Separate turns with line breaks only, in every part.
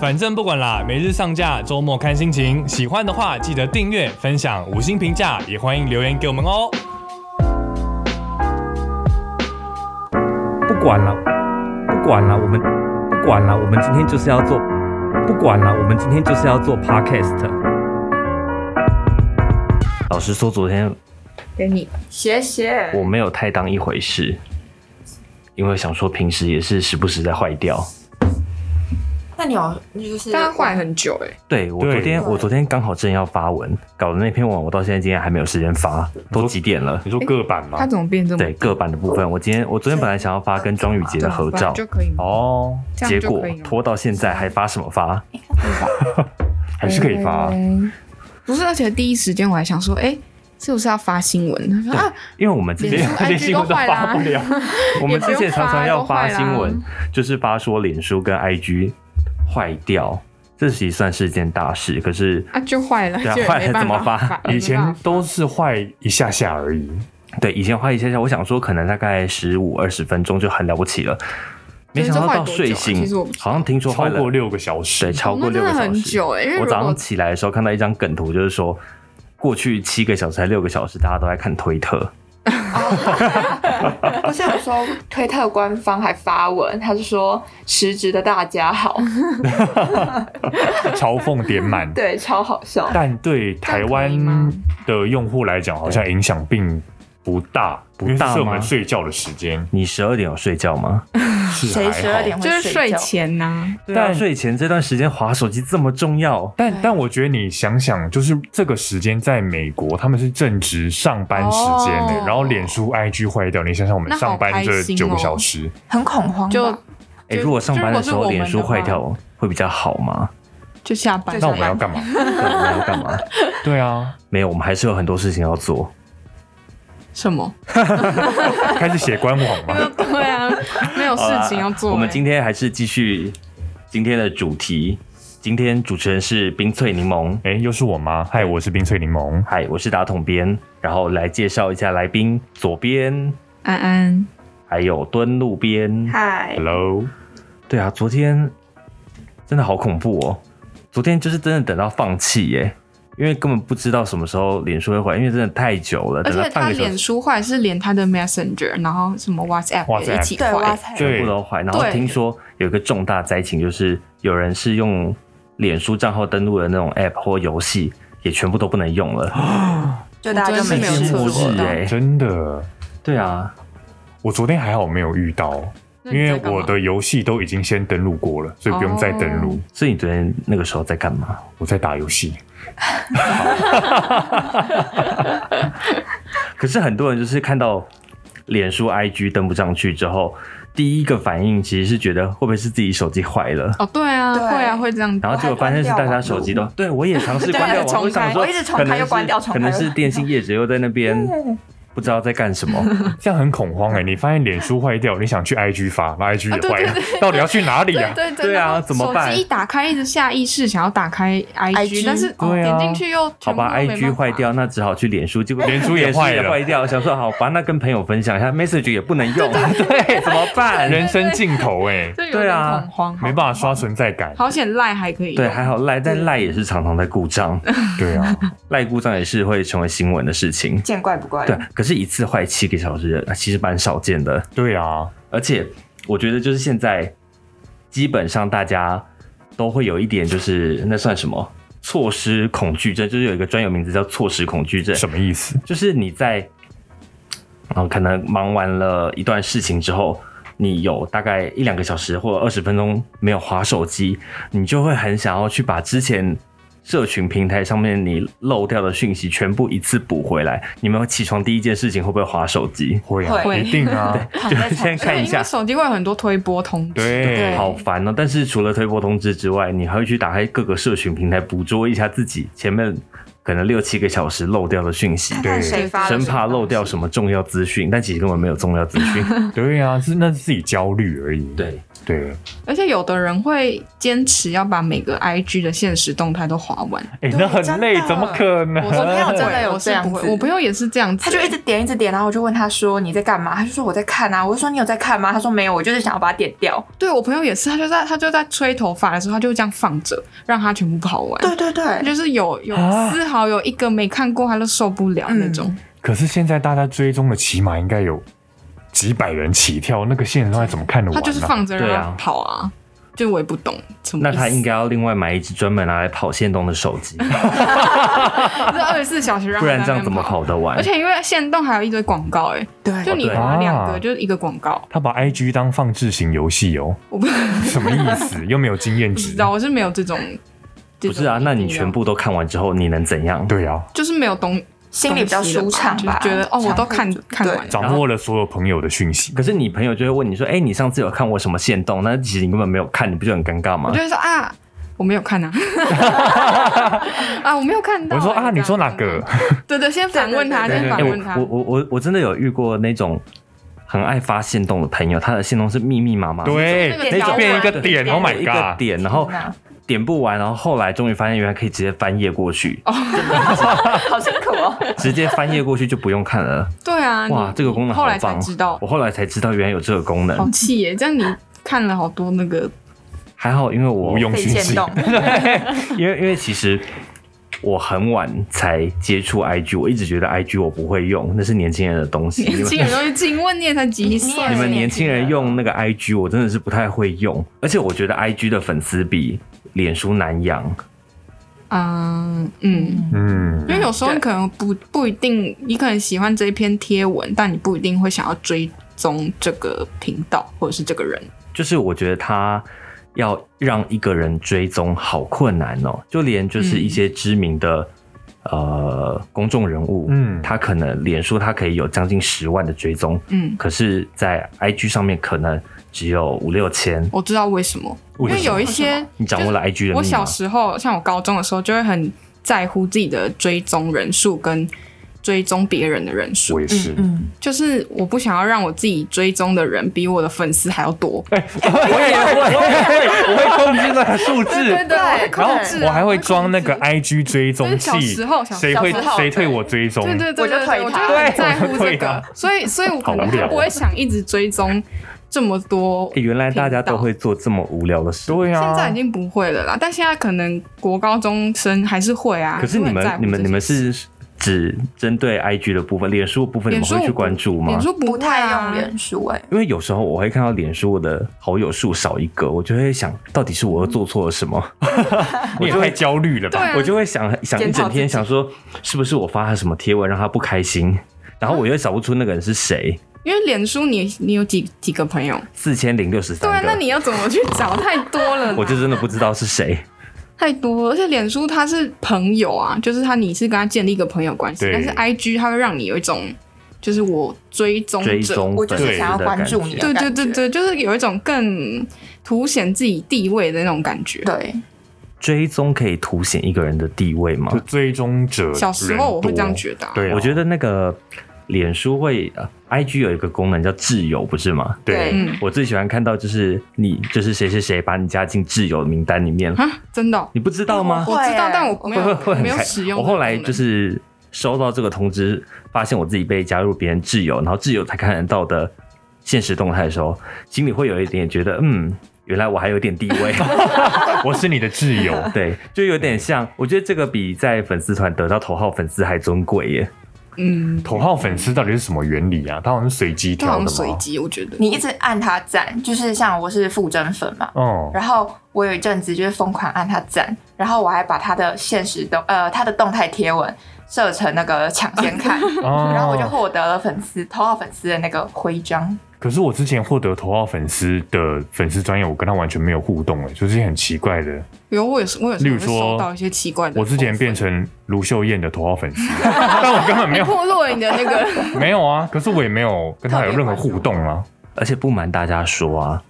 反正不管啦，每日上架，周末看心情。喜欢的话记得订阅、分享、五星评价，也欢迎留言给我们哦。
不管了，不管了，我们不管了，我们今天就是要做，不管了，我们今天就是要做 podcast。老实说，昨天
给你
谢谢。
我没有太当一回事，因为想说平时也是时不时在坏掉。
那你有，你就是
但他坏很久哎、
对我
对
昨天，我昨天刚好正要发文，搞的那篇文，我到现在今天还没有时间发，都几点了？
你说各版吗
他怎么变这么
对个版的部分，我今天我昨天本来想要发跟庄宇杰的合
反
照
正，就可以吗？
哦，
这
结
样就
果
可以哎吗？
拖到现在还发什么发？
还是可以发、啊。
嗯不是，而且第一时间我还想说，哎、是不是要发新闻？他说啊，
因为我们之前
脸书
连
IG
新闻都
都坏啊啦
发不了，
我们之前常常要发新
也不
闻
用，
就是发说脸书跟 IG 坏掉，这其实算是一件大事。可是
啊就坏了，
对啊
就也
坏了
没办
怎么
法
发
没
以前
办法
都是坏一下下而已。
对以前坏一下下，我想说可能大概十五二十分钟就很了不起了，没
对
想到
这坏
到
多
睡
久啊
醒
其实我不知，道
好像听说坏
超
了
过六个小时，
对，超过
那
六个
真的
小
很
时。
久哎、因为
我
如
早
果
上起来的时候看到一张梗图，就是说过去七个小时还六个小时，大家都在看推特。
不是有说 推特官方还发文，他是说辞职的大家好，
嘲讽点满。
对，超好笑。
但对台湾
这样可以吗
的用户来讲，好像影响并不大，
不
因为这
大
是我
吗
们睡觉的时间，
你十二点有睡觉吗？
是啊
谁
还
十二
好。
点会
就是睡
觉？
前啊呐、
啊
但睡前这段时间划手机这么重要，
但但我觉得你想想，就是这个时间在美国，他们是正值上班时间的、
哦
然后脸书、IG 坏掉，你想想我们
那好
上班这
开心哦
九个小时，
很恐慌吧，
就
哎、
就
如果上班的时
就如
候
果是我们
脸
的
书坏
话
掉会比较好吗？
就下班
就
那
下
我
班
们要干嘛？
对我们要干嘛？
对啊，
没有，我们还是有很多事情要做。
什么？
开始写官网嘛。
对啊，没有事情要做、
好啦我们
哎
今天还是继续今天的主题。今天主持人是冰萃柠檬，
哎、又是我吗？嗨，我是冰萃柠檬。
嗨，我是打桶边，然后来介绍一下来宾，左边
安安
还有蹲路边。
嗨，
Hello，
对啊，昨天真的好恐怖哦！昨天就是真的等到放弃耶，因为根本不知道什么时候脸书会坏，因为真的太久了，
而
等了
且
半
他
个小
脸
时
书坏是连他的 Messenger，然后什么 WhatsApp 也
WhatsApp
一起
对，哇
坏。
塞，
对
全部都坏。然后
对
听说有一个重大灾情，就是有人是用脸书账号登录的那种 App 或游戏，也全部都不能用了，
就大家就
真的
哦没
是没
事
有
末
厕所
做
日
到。
哎。
真的，
对啊，
我昨天还好没有遇到，
那
因
你
为
在干嘛
我的游戏都已经先登录过了，所以不用再登录。
所以你昨天那个时候在干嘛？
我在打游戏，
可是很多人就是看到脸书、IG 登不上去之后，第一个反应其实是觉得会不会是自己手机坏了，
哦，对啊，
对
会啊，会这样。
然后
哦
结果发现是大家手机都对我也尝 试关掉网络，
对
想说
我一嗯直重
可
开
能是
又关掉重
可
开
能是电信业者又在那 边不知道在干什么，
这样很恐慌哎、欸！你发现脸书坏掉，你想去 IG 发，那 IG 也
啊对
坏了，
对对
到底要去哪里呀、
对
对啊怎么办
手机一打开，一直下意识想要打开 IG，但是哦
嗯
对啊
点进去又
好
全部
吧
都没办
，IG
法
坏。掉，那只好去脸书，结 果
脸书也
脸
坏了
坏掉，想说好吧，那跟朋友分享一下，Message 也不能用， 对，怎么办？
人生尽头哎、
这有
对
点
啊
恐慌，
没办法刷存在感。
好险赖还可以 用。
对，还好赖，但赖也是常常在故障，
对啊，
赖故障也是会成为新闻的事情。
见怪不怪。
对，可是一次坏七个小时，呃其实蛮少见的。
对啊，
而且我觉得就是现在，基本上大家都会有一点，就是那算什么？错失恐惧症，就是有一个专有名字叫错失恐惧症，
什么意思？
就是你在，嗯，可能忙完了一段事情之后，你有大概一两个小时或二十分钟没有划手机，你就会很想要去把之前社群平台上面你漏掉的讯息全部一次补回来。你们起床第一件事情会不会划手 机？
会啊，
会
一定啊，
躺
就
在
先
床上，
看一
因 为
下。
手机会有很多推播通知。
对，
好烦哦！但是除了推播通知之外，你还会去打开各个社群平台捕捉一下自己前面可能六七个小时漏掉的讯息，
看看谁发了
生
什么
怕
东西
漏掉什么重要资讯，但其实根本没有重要资讯。
对呀、是那是自己焦虑而已。
对，
对，
而且有的人会坚持要把每个 IG 的现实动态都划完。
哎、
对
那很累，
真的
怎么可能？
我朋友真的有
我
这
是
样
不
子
会，，我朋友也是这样子、
他就一直点一直点，然后我就问他说你在干嘛？他就说我在看啊。我就说你有在看吗？他说没有，我就是想要把它点掉。
对我朋友也是，他就在他就在吹头发的时候，他就这样放着，让他全部跑完。
对对对，
他就是有有
啊
丝毫有一个没看过，他都受不了那种。
可是现在大家追踪的起码应该有几百人起跳，那个现实动态怎么看得完、
他
啊？
就是放着
对
让
啊
他跑啊，就我也不懂什么
那
意思。
他应该要另外买一只专门拿来跑线动的手机，
这 二十四小时让
不
他在
然
那边
这样怎么
跑？
跑得完
而？且因为限动还有一堆广告、欸，
对
就你
对
划两
啊
个就是一个广告，
他把 IG 当放置型游戏哦，
我不
什么意思？又没有经验
不 知
值。
道，我是没有这种。这
不
种
是啊，那你
一定要
全部都看完之后，你能怎样？
对啊，
就是没有东
心里比较舒畅吧，
就是觉得哦，我都看
对
看完了。
掌握了所有朋友的讯息
可。是你朋友就会问你说：“哎、你上次有看我什么线动？”那其实你根本没有看，你不就很尴尬
我
吗
就？会说啊，我没有 看啊，啊，我没有看到、
我说
欸
啊，你说哪？
这
个
样？对对，先反问他，
对对
先
对
反
哎、
问他
我。我我我我真的有遇过那种很爱发线动的朋友，他的线动是密密麻麻，，
对，
那个条
那就变一个
纹
点
对
，Oh my
一个
god！
点，然后
天哪
点不完，然后后来终于发现原来可以直接翻页过去，
好辛苦哦。
直接翻页过去就不用看了。
对啊，
哇，
你
这个功能好
后来才
棒！哦
知道，
我后来才知道原来有这个功能，
好气耶！这样你看了好多那个，
还好因为我
无用
被
讯
限
息，
动，
因为因为其实我很晚才接触 IG，我一直觉得 IG 我不会用，那是年轻人的 东西。
年轻人都会进问，你也才几岁？
你
你
们年轻人用那个 IG，我真的是不太会用，而且我觉得 IG 的粉丝比脸书难养。
嗯嗯，
嗯
因为有时候你可能不不一定，你可能喜欢这一篇贴文，但你不一定会想要追踪这个频道或者是这个人。
就是我觉得他要让一个人追踪好困难哦，就连就是一些知名的、呃公众人物，
嗯
他可能脸书他可以有将近十万的追踪，
嗯，
可是，在 IG 上面可能只有五六千。
我知道为什么，因
为什么啊
为有一些
你掌握了 IG 的密码，
我小时候，像我高中的时候，就会很在乎自己的追踪人数跟追踪别人的人数
我，也是。
嗯，
就是我不想要让我自己追踪的人比我的粉丝还要多。嗯
我也会，我会控制那个数字，
对
我会控
然后
制啊
我还会装那个
控制
IG 追踪器
这是小时候，小
谁会
小时候
谁退我追踪？
对对对对
我就退
对，我就
他
很在
对我就
乎这
退他
个，所以所以我可
好
能
无聊
就不
哦
会想一直追踪这么多
哎诶。原来大家都会做这么无聊的事。
对啊呀，
现在已经不会了啦，但现在可能国高中生还是会啊。
可是
还
你
会很在
们
乎
你们
这
你们
件事
是只针对 IG 的部分，脸书的部分你们
脸书
会去
我不
关注吗
脸？书不
不
会
太
啊
用脸书哎，
因为有时候我会看到脸书我的好友数少一个，我就会想到底是我又做错了什么，
你也太焦虑了吧？
对
嗯
啊
我就会想想一
检讨
整天，
自己
想说是不是我发了什么贴文让他不开
嗯
心，然后我又找不出那个人是谁，
因为脸书你你有几几个朋友？
四千零六十
对啊
三，
那
个，
你要怎么去找？太多了啦，
我就真的不知道是谁。
太多了。而且脸书它是朋友啊，就是他你是跟他建立一个朋友关系，
对
但是 IG 它会让你有一种就是我追踪
追
者，
踪
我
粉
就
丝
是想要
的感
关注
觉
你
对
的
对
感觉
对对，就是有一种更凸显自己地位的那种感觉。
对，
追踪可以凸显一个人的地位吗
就？追踪者，
小时候我会这样觉得啊、
对啊，
我觉得那个脸书会、呃、，IG 有一个功能叫挚友，不是吗？
对
对
嗯
我最喜欢看到就是你就是谁谁谁把你加进挚友名单里面，
啊，真的哦、
你不知道吗？
会
我知道
欸，
但我没
会会会
有
很
没有
开
使用。
我后来就。是收到这个通知，发现我自己被加入别人挚友，然后挚友才看得到的现实动态的时候，心里会有一点觉得，嗯，原来我还有点地 位。
我是你的挚友，
对，就有点像，我觉得这个比在粉丝团得到头号粉丝还尊贵耶。
嗯，
头号粉丝到底是什么原理啊？它好像是随机
它好
挑
像
的
随
吗？
机，我觉得。
你一直按他赞，就是像我是傅征粉嘛，
哦，
然后我有一阵子就是疯狂按他赞，然后我还把他的现实动呃他的动态贴文设成那个抢先看，
哦
然后我就获得了粉丝头号粉丝的那个徽章。
可是我之前获得头号粉丝的粉丝专业，我跟他完全没有互动哎，就是很奇怪的。
有我有时我有时
例
候
如
会
说
收到一些奇怪的投
我
诉。
之前变成卢秀燕的头号 粉丝，但我根本没
你
有
破落了你的那个
没有啊，可是我也没有跟他有任何互动啊。。
而且不瞒大家说啊，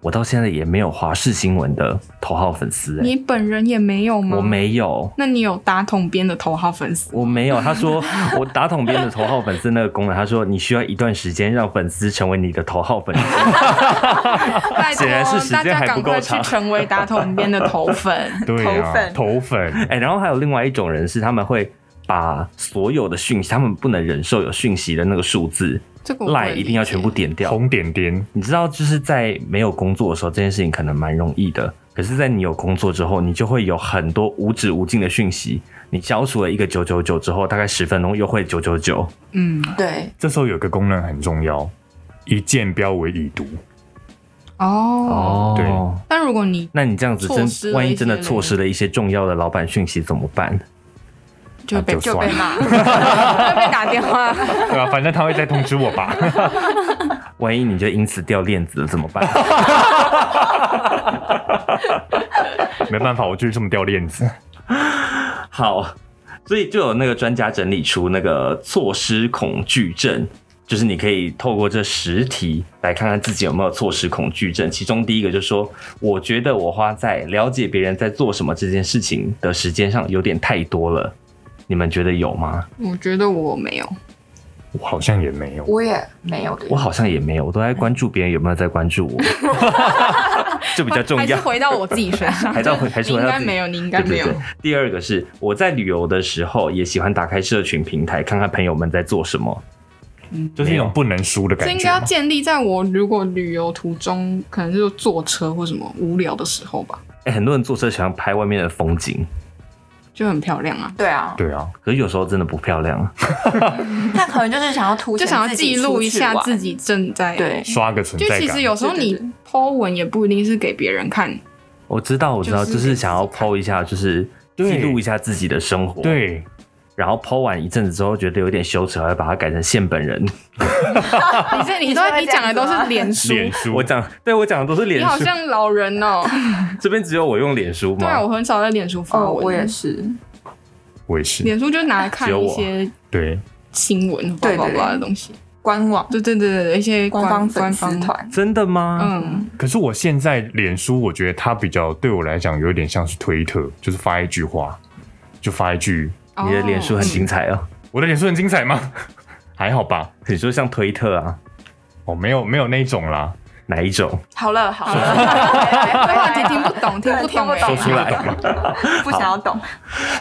我到现在也没有华视新闻的头号粉丝、欸，
你本人也没有吗？
我。没有。
那你有打桶边的头号粉丝？
我没有，他说我打桶边的头号粉丝那个功能，他说你需要一段时间让粉丝成为你的头号粉丝。
拜托
显然是时，
大
间
家
还
赶
不够
快去
长
成为打桶边的头粉
对啊
头，粉
头粉，
哎、然后还有另外一种人是他们会把所有的讯息，他们不能忍受有讯息的那个数字，
这个我
赖
会
一定要全部
理
点掉。
红点点，
你知道，就是在没有工作的时候，这件事情可能蛮容易的。可是，在你有工作之后，你就会有很多无止无尽的讯息。你消除了一个九九九之后，大概十分钟又会九九九。
解。嗯，
对，
这时候有个功能很重要，一键标为已读。
哦。
对
但如果你
那你这样子
错失
真，
了
万
一
一
些
真的
人
错失了一些重要的老板讯息怎么办？
就被
那就
就
算
被
了
骂，就被打电话。
对啊，反正他会再通知我吧。
万一你就因此掉链子了怎么办？
没办法，我就是这么掉链子。
好，所以就有那个专家整理出那个错失恐惧症，就是你可以透过这十题来看看自己有没有错失恐惧症。其中第一个就是说，我觉得我花在了解别人在做什么这件事情的时间上有点太多了，你们觉得有吗？
我觉得我没有，
我好像也没有，
我也没有的。
我好像也没有，我都在关注别人有没有在关注 我， 这比较重
还是
要。
回到我自己身上。
还到 还
你
是回
应
到
该
自己
没有，你应该没有
对对。对。第二个是我在旅游的时候也喜欢打开社群平台，看看朋友们在做什么。
就是一种不能输的感
这
觉
应
嘛。
该要建立在我如果旅游途中，可能就是坐车或什么无聊的时候吧，
哎、很多人坐车喜欢拍外面的风景，
就很漂亮啊。
对啊，
对啊，
可是有时候真的不漂亮。
他可能就是想要凸
就
显，
想要记录一下自
己
己正在
出去玩。。对，
刷个存
就
在
其
感
实。有时候
对对
你 Po 文也不一定是给别人看，
我知道，我知道，
就是
就是想要剖一下，就是
对
记录一下自己的生活。，
对，
然后剖完一阵子之后，觉得有点羞耻，还会把它改成现本人。
你这哦你
你
都
说会
你
这
讲
样
的
子
都
吗
是脸书，
脸书
我讲，对我讲的都是
你
脸
好
书，
像老人哦。
这边只有我用脸书
对啊，
吗
我？很少在脸书发
哦，
文，
我也是，
我也是。
脸书就拿来看
只有
一
我
些
对，
新闻、叭
对
叭
对
叭的东西。
官网
对对对对对，一些
官方
官
粉丝
方，
团，
真的吗？
嗯，
可是我现在脸书，我觉得它比较对我来讲有一点像是推特，就是发一句话，就发一句。
你的脸书很精彩哦。
我的脸书很精彩吗？还好吧，
你说像推特啊，
哦，没有没有那种啦，
哪一种？
好了好了，回
哦。
来
问
回
题
来
听不懂，听不
听
懂
不
哎、
说
懂
出来。
不想要懂，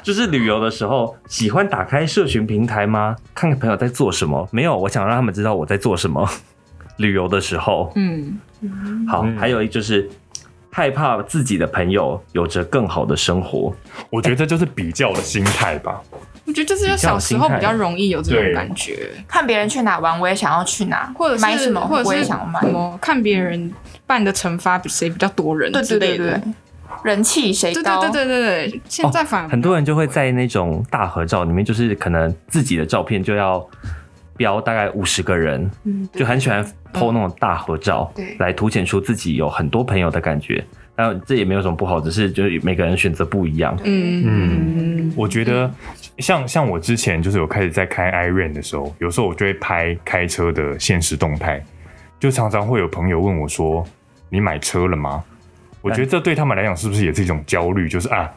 就是旅游的时候，喜欢打开社群平台吗？看看朋友在做什么？没有，我想让他们知道我在做什么。 旅游的时候，
嗯，
好，
嗯
还有一就是害怕自己的朋友有着更好的生活。
我觉得这就是比较的心态吧。
我觉得这是小时候比较容易有这种感觉，
看别人去哪玩，我也想要去哪，
或者是
买什么，
或者
我
是
也
什
想买。
么看别人办的惩罚比谁比较多人
对
之
对
类
对
的
对。，人气谁
对
高？
对对对对对，现在反而、
哦很多人就会在那种大合照里面，就是可能自己的照片就要标大概五十个人，
嗯
就很喜欢偷那种大合照，
对
来凸显出自己有很多朋友的感觉。当然这也没有什么不好，只是就是每个人选择不一样。
嗯嗯
我觉得像像我之前就是有开始在开 Iron 的时候，有时候我就会拍开车的现实动态，就常常会有朋友问我说：“你买车了吗？”我觉得这对他们来讲是不是也是一种焦虑？就是啊，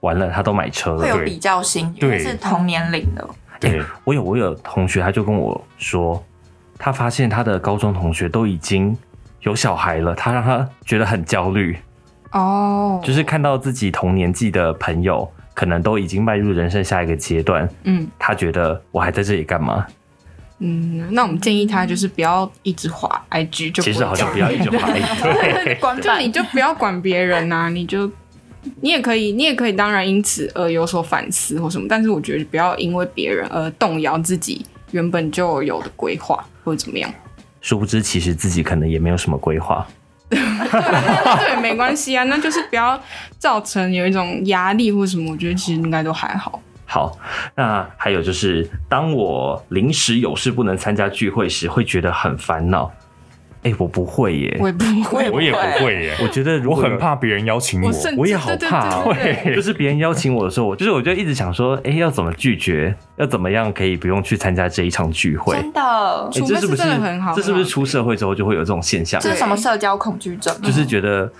完了，他都买车了
会，有
对
比较心，因
对
为是同年龄的，
对，
我有我有同学，他就跟我说，他发现他的高中同学都已经有小孩了，他让他觉得很焦虑，
哦，
就是看到自己同年纪的朋友可能都已经迈入人生下一个阶段，
嗯
他觉得我还在这里干嘛？
嗯，那我们建议他就是不要一直滑 IG，就
其实好像
不
不
会焦
要
虑
一直怀疑。
官
就
办
你就不要管别人呐、你就你也可以，你也可以，当然因此而有所反思或什么，但是我觉得不要因为别人而动摇自己原本就有的规划或者怎么 样。
殊不知，其实自己可能也没有什么规划。
对，没关系啊，那就是不要造成有一种压力或什么，我觉得其实应该都还好。
好，那还有就是，当我临时有事不能参加聚会时，会觉得很烦恼。哎、我不会耶，
我也不会，
我也不会耶，
我觉得如
我
果
很怕别人邀请我
我。甚至
我也好
对对
怕
对对对
对
就是别人邀请我的时候，我就是我就一直想说，哎、要怎么拒绝？要怎么样可以不用去参加这一场聚会？
真的，
哎
除
这
非
是不
是
是
真的很好，
这是不是
很好
出社会之后就会有这种现象？
这是什么社交恐惧症？嗯
就是觉得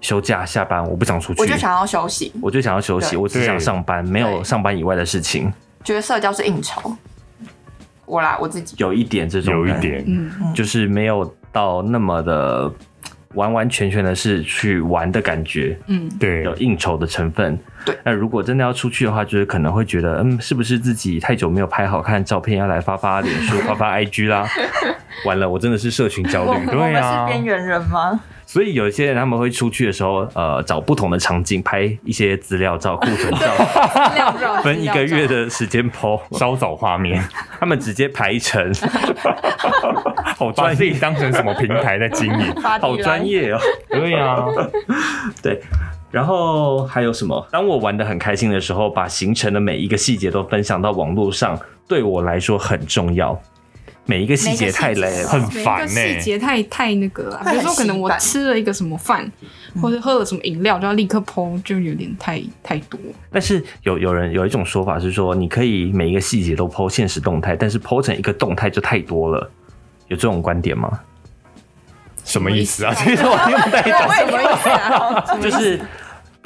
休假下班我不想出去，
我就想要休息，
我就想要休息，
对
我只想上班，没有上班以外的事情。
觉得社交是应酬。我啦，我自己
有一点这种，
有一，点，
嗯，
就是没有到那么的完完全全的是去玩的感觉，
嗯，
对，
有应酬的成分。
对，
那如果真的要出去的话，就是可能会觉得，嗯，是不是自己太久没有拍好看的照片，要来发发脸 书、发发 IG 啦？完了，我真的是社群焦
我
虑。
我们
对啊
是边缘人吗？
所以有一些人他们会出去的时候，呃，找不同的场景拍一些资料照、库存照，
料 照
分一个月的时间 po，
稍早画 面，
他们直接排 成，好
把
专
自己
业，
当成什么平台在经营？
发
好专
业，
业哦。
对啊呀、
对，然后还有什么？当我玩的很开心的时候，把行程的每一个细节都分享到网络上，对我来说很重要。每一个细节太累了，
很
每一
烦
个
呢、
欸
细节太太那个了、啊
会很
比如说可能
心
我
烦
吃了一个什么饭，或者喝了什么饮料，就要立刻剖，就有点太太多。
但是有有人有一种说法是说，你可以每一个细节都剖现实动态，但是剖成一个动态就太多了。有这种观点吗？
什么意思啊？
什么
其
意
实我听不太懂。
什么意思啊？
哦
就是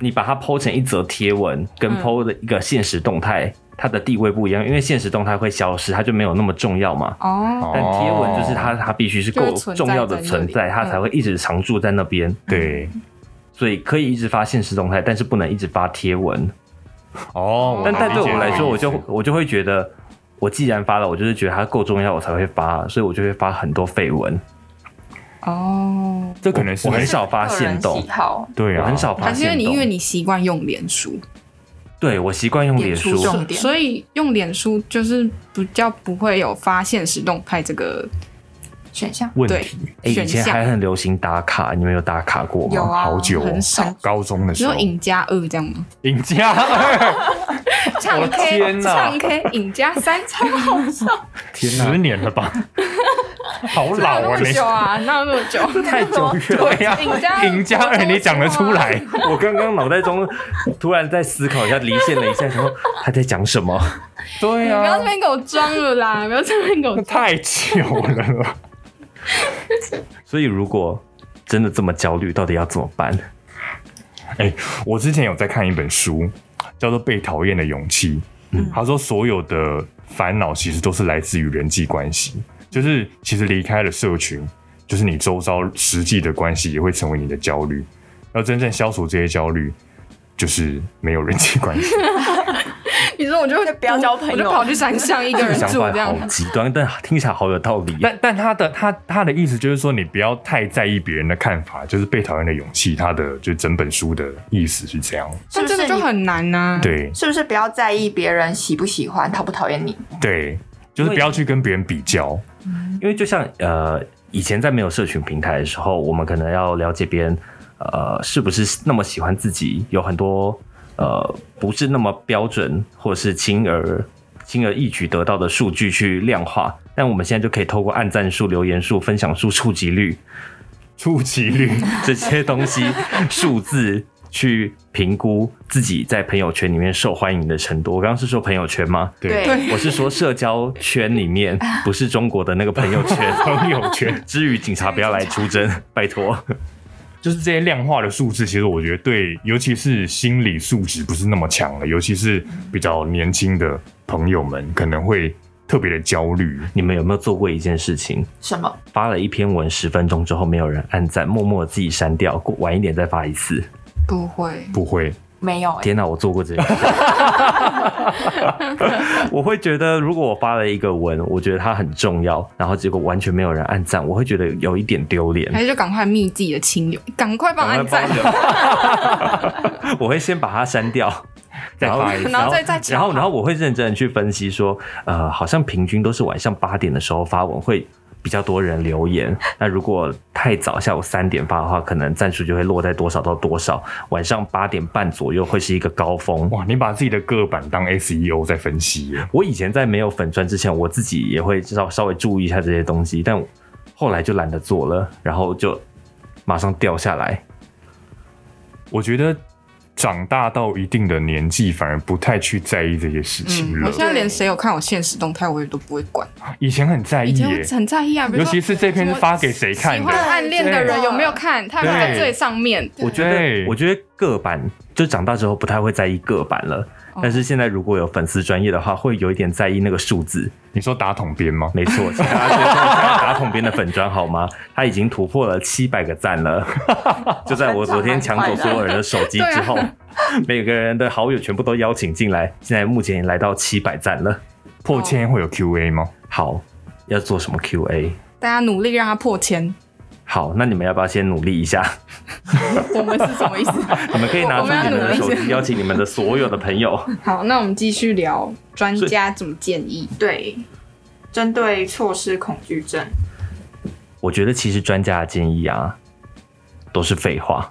你把它剖成一则贴文，跟
嗯
剖的一个现实动态，它的地位不一样，因为现实动态会消失，它就没有那么重要嘛。
哦，
但贴文就是
哦
它，它必须是够
就是存在
重要的
在那
存
里
在，它
嗯
才会一直常驻在那边。
嗯对，
所以可以一直发现实动态，但是不能一直发贴文。
哦，
但但
理
对
解
我来
你
说，我
的意
就
思
我就会觉得，我既然发了，我就是觉得它够重要，我才会发，所以我就会发很多绯闻。
哦，
这可能是
我很
没
少发
个
现
人
动
喜，好，
对
我
啊，
很少发
还是因为
现
你
动
因。为你习惯用脸书，
对我习惯用脸
演出
书，
重点
所以用脸书就是比较不会有发现实动态这个
选项
问
对
题
哎，以
选
前还
项。
很流行打卡，你们有打卡过吗？
有啊，
好 久哦
很少，
高中的
只
时候
有，尹家二这样吗？
赢家二，
唱 K，
天哪
唱 K，尹家三，超好笑，
天哪，十年了吧？好
哪
老
有
啊，
那么
你
久啊，哪有那 么久？
太久远了
对呀
尹家，二
赢家二，你讲得出来？
哎我刚刚脑袋中突然在思考一下，离线了一下，然后他在讲什么？
对啊
你不要
呀
这，边给我装了啦！ 不要这边给我
那
装。
太久了啦。
所以如果真的这么焦虑，到底要怎么办？
哎、我之前有在看一本书，叫做《被讨厌的勇气》。嗯，他说所有的烦恼其实都是来自于人际关系，就是其实离开了社群，就是你周遭实际的关系也会成为你的焦虑。要真正消除这些焦虑，就是没有人际关系。
你说我就
不要交朋友
我就跑去山上一个
这个
人
想
住
法
这样。
好极端，但听起来好有道理。
但但他的他他的意思就是说，你不要太在意别人的看法，就是《被讨厌的勇气》，他的就整本书的意思是这样。
那
是不
这个
是
就
你？
很难啊呐、
对
是不是不要在意别人喜不喜欢、讨不讨厌你？
对，就是不要去跟别人比较。
因为就像呃，以前在没有社群平台的时候，我们可能要了解别人呃是不是那么喜欢自己，有很多呃不是那么标准，或者是轻而轻而易举得到的数据去量化。但我们现在就可以透过按赞数、留言数、分享数、触及率
出奇率，
这些东西数字去评估自己在朋友圈里面受欢迎的程度。我刚刚是说朋友圈吗？
对
对
我是说社交圈里面，不是中国的那个朋友圈。
朋友圈。
至于警察不要来出征，拜托。
就是这些量化的数字，其实我觉得对，尤其是心理素质不是那么强的，尤其是比较年轻的朋友们，可能会特别的焦虑。
你们有没有做过一件事情？
什么？
发了一篇文十分钟之后，没有人按赞，默默自己删掉，过晚一点再发一次。
不会，
不会，
没有、欸，
天哪，我做过 这件事。我会觉得，如果我发了一个文，我觉得它很重要，然后结果完全没有人按赞，我会觉得有一点丢脸。
还是就赶快密自己的亲友，赶快帮我按赞。
我会先把它删掉，
再发一次
然后再再抢
然后然后我会认真的去分析说，呃，好像平均都是晚上八点的时候发文会比较多人留言，那如果太早下午三点发的话，可能赞数就会落在多少到多少，晚上八点半左右会是一个高峰。
哇，你把自己的个板当 SEO 在分析耶，
我以前在没有粉砖之前，我自己也会稍稍微注意一下这些东西，但后来就懒得做了，然后就马上掉下来。
我觉得长大到一定的年纪，反而不太去在意这些事情
嗯，
了。
我现在连谁有看我现实动态，我也都不会管。
以前很在
以
意
前
耶
我，很在意啊，比如
尤
说
其是这篇是发给谁
喜
看
欢
的？
暗恋的人
对
有没有看？他有没有在
对
最上面？
我觉得
对，
我觉得个版就长大之后不太会在意个版了，
哦
但是现在如果有粉丝专业的话，会有一点在意那个数字。
你说打桶边吗？
没错，请大家追踪一下打桶边的粉砖好吗？他已经突破了七百个赞了，就在我昨天抢走所有人的手机之后，每个人的好友全部都邀请进来，现在目前已经来到七百赞了。
破千会有 Q&A
哦
吗？
好，要做什么 Q&A？
大家努力让他破千，
好，那你们要不要先努力一下？
我们是什么意思？
你们可以拿出你们的手
我们要努力一
机，
下
邀请你们的所有的朋 友。
好，那我们继续聊专家怎么建 议。
对，针对错失恐惧症，
我觉得其实专家的建议啊，都是废话。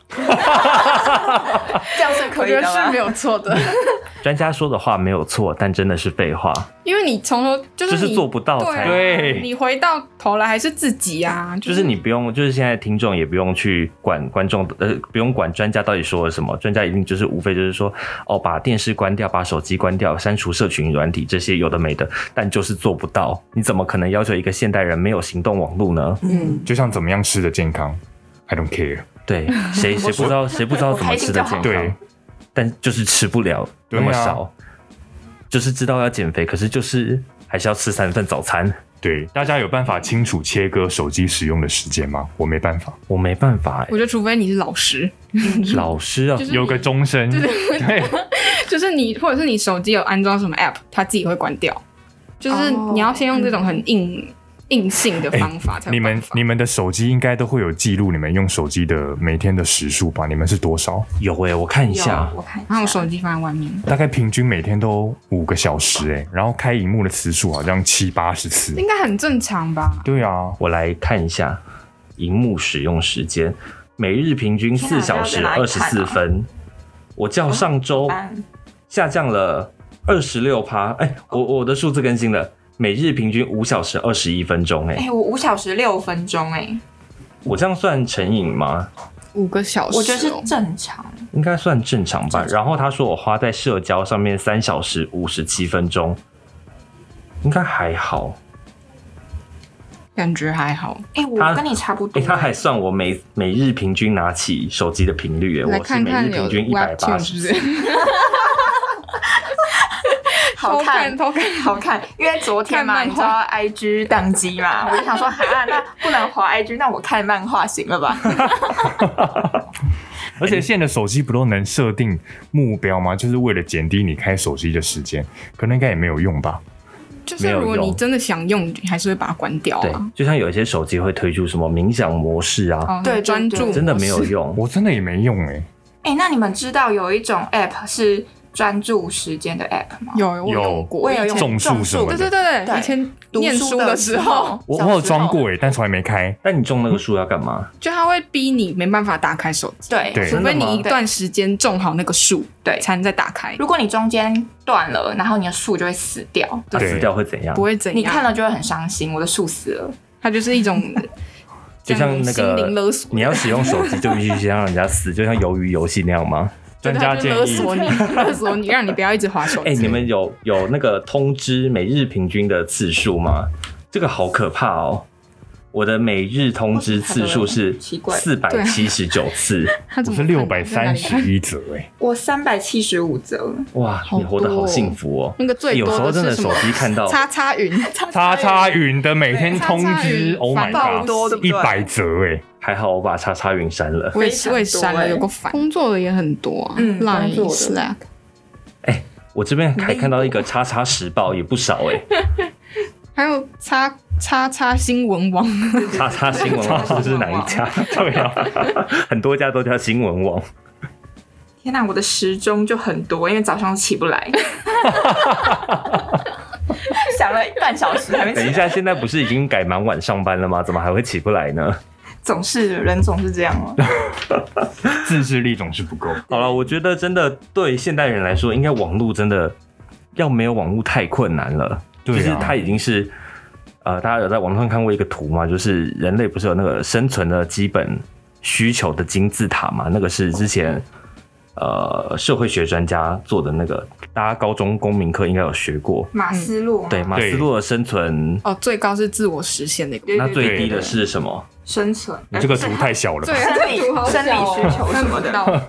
这样是
我
可以
觉
的
得是
吗
没？有错的，
专家说的话没有错，但真的是废话，
因为你从头就
就是是
你
做不到才。
对
啊你回到头来还是自己啊，
就是你不用，就是现在听众也不用去管观众，呃，不用管专家到底说了什么，专家一定就是无非就是说，哦，把电视关掉，把手机关掉，删除社群软体这些有的没的，但就是做不到。你怎么可能要求一个现代人没有行动网络呢？
嗯，
就像怎么样吃的健康，I don't care。
对，谁谁不知道谁不知道怎么吃的健康，
我开心就好，
但就是吃不了那么
对啊
少，就是知道要减肥，可是就是还是要吃三份早餐。
对，大家有办法清楚切割手机使用的时间吗？我没办法，
我没办法、欸
我，觉得除非你是老师，
老师啊
就，是
有个钟声，对，
就是你或者是你手机有安装什么 app，它自己会关掉。就是
哦
你要先用这种很硬、硬性的方法
哎
才有
你
办
们
法
你们的手机应该都会有记录你们用手机的每天的时数吧？你们是多少？
有哎、我看一下
有，我看一下，
然后我手机放在外面，
大概平均每天都五个小时哎、然后开荧幕的次数好像七八十次。
应该很正常吧？
对啊，
我来看一下荧幕使用时间，每日平均
天哪
四小时
不要再拿
二
来
十
看啊哦
四
了
分，我较上周
班
下降了二十六趴。哎、我我的数字更新了，每日平均五小时二十一分钟、
哎、
哎，
我五小时六分钟、哎，
我这样算成瘾吗？
五个小时哦、
我觉得是正常。
应该算正常吧。然后他说我花在社交上面三小时五十七分钟，应该还好。
感觉还好。
哎、
他
我跟你差不多、
哎、他还算我每每日平均拿起手机的频率、哎，
来
我是
看
每
看
日
有
平均一百
Web
八
Two
十
是不 是？
好看，
偷看偷看
好看。因为昨天嘛，
看
你
漫
知
画
道 IG 宕机嘛，我就想说，哈，那不能滑 IG，那我看漫画行了吧？
而
哎
且现在的手机不都能设定目标吗？就是为了减低你开手机的时间，可能应该也没有用吧。
就是如果你真的想用，你还是会把它关掉
对
啊。，
就像有一些手机会推出什么冥想模式啊，
哦，
对对
专注
对
真的没有
模式。
用。
我真的也没用哎、
哎、那你们知道有一种 App 是专注时间的 App 吗？
有我
有
用过，
我也有用
以前
种树什么
对
的
对对
对
以前
读
念
书
书的时候，，
我
小
我有
时候
装过哎、但从来没开。
但你种那个树要干嘛？
就它会逼你没办法打开手机，
对
对
除
真
非
的吗
你一段时间种好那个树，
对
才能再打开，
如果你中间断了，然后你的树就会死掉，
它
对
啊死掉会怎样
不？会怎样。
你看了就会很伤心。我的树死了，
它就是一 种
就像那
心
个
灵勒索，
你要使用手机就必须先让人家死，就像鱿鱼游戏那样吗？
对
专家
它就
建
勒
议，
索你，勒索你，让你不要一直划手
哎、你
机。
们有有那个通知每日平均的次数吗？这个好可怕哦！我的每日通知次数是
奇怪
四百七十九次，
它怎
我
么
是
看
六百三。
在哪
十
里看
一折哎、
我三百七十五折，
哇，
好
你活得
多
好
哦
幸福哦！
那个最
有
多
时候真的
是什
手
么？
机看到，
叉叉云，
叉叉云的每天 通
叉叉
知
云
，Oh
烦到
my
不
god，
多对不
一
对
百折哎、
还好我把叉叉云删了。
我也
非
是，
常
我也删
多
了，
欸
有个烦。哎工作的也很多啊，
嗯
Line
工作的
Slack，
我这边还看到一个叉叉时报，也不少 哎、
还有叉叉叉新闻网，
叉叉新闻网是不是哪一家？ 对啊，很多家都叫新闻网。
天哪、我的时钟就很多，因为早上起 不来，想了半小时还没
等一
起，
下，现在不是已经改蛮晚上班了吗？怎么还会起不来呢？
总是人总是这样哦。
自制力总是不够。
哎
好了，我觉得真的对现代人来说，应该网络真的要没有网络太困难了。
对啊
就是它已经是呃，大家有在网上看过一个图嘛，就是人类不是有那个生存的基本需求的金字塔嘛？那个是之前呃社会学专家做的那个，大家高中公民课应该有学过。
马斯洛嘛
对，马斯洛的生存，
哦，最高是自我实现的一个。
对
那
对对
最低
对
的是什么？
生存，
你这个图
呃
太小了吧
对，？啊
生理
这图好小哦
生理需求
看
什
不
么的
到。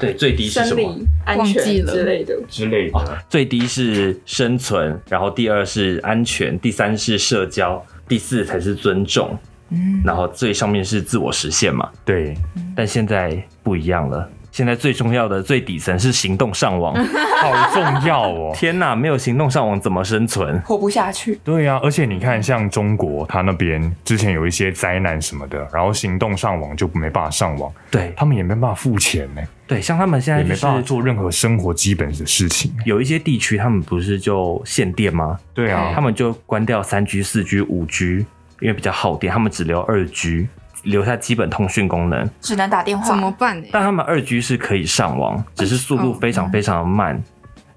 对，最低是什
生
么？
理安
忘记
全
了
之类的。
之类的。
最低是生存，然后第二是安全，第三是社交，第四才是尊重，
嗯，
然后最上面是自我实现嘛。
对，
但现在不一样了，现在最重要的最底层是行动上
哦
网。
好重要 哦。
天哪，没有行动上网怎么生存？
活不下去，
对啊呀、而且你看，像中国，他那边之前有一些灾难什么的，然后行动上网就没办法上网，
对
他们也没办法付钱欸呢、
对，像他们现在
也没
就
办法
是
做任何生活基本的事情。
有一些地区，他们不是就限电吗？
对啊，
他们就关掉三 G、四 G、五 G，因为比较耗电，他们只留二 G，留下基本通讯功能。
只能打电话，
怎么办呢？
但他们二 G 是可以上网，只是速度非常非常的慢。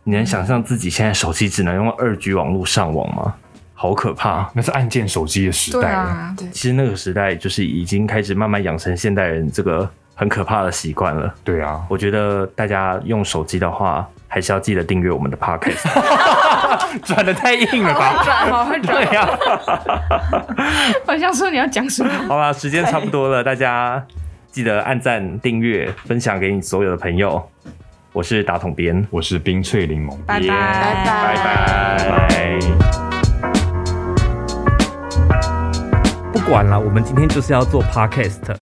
你能想象自己现在手机只能用二 G 网络上网吗？好可怕！
那是按键手机的时
对
代了。
啊，
对，
其实那个时代就是已经开始慢慢养成现代人这个很可怕的习惯了。
对啊，
我觉得大家用手机的话，还是要记得订阅我们的 podcast。
转的太硬了 吧？
转好会转。
对呀、
啊
我想说你要讲什么？
好啦，时间差不多了，大家记得按赞、订阅、分享给你所有的朋友。我是打桶边，
我是冰萃柠檬，
拜
拜
拜。
拜
拜。不管了，我们今天就是要做 podcast。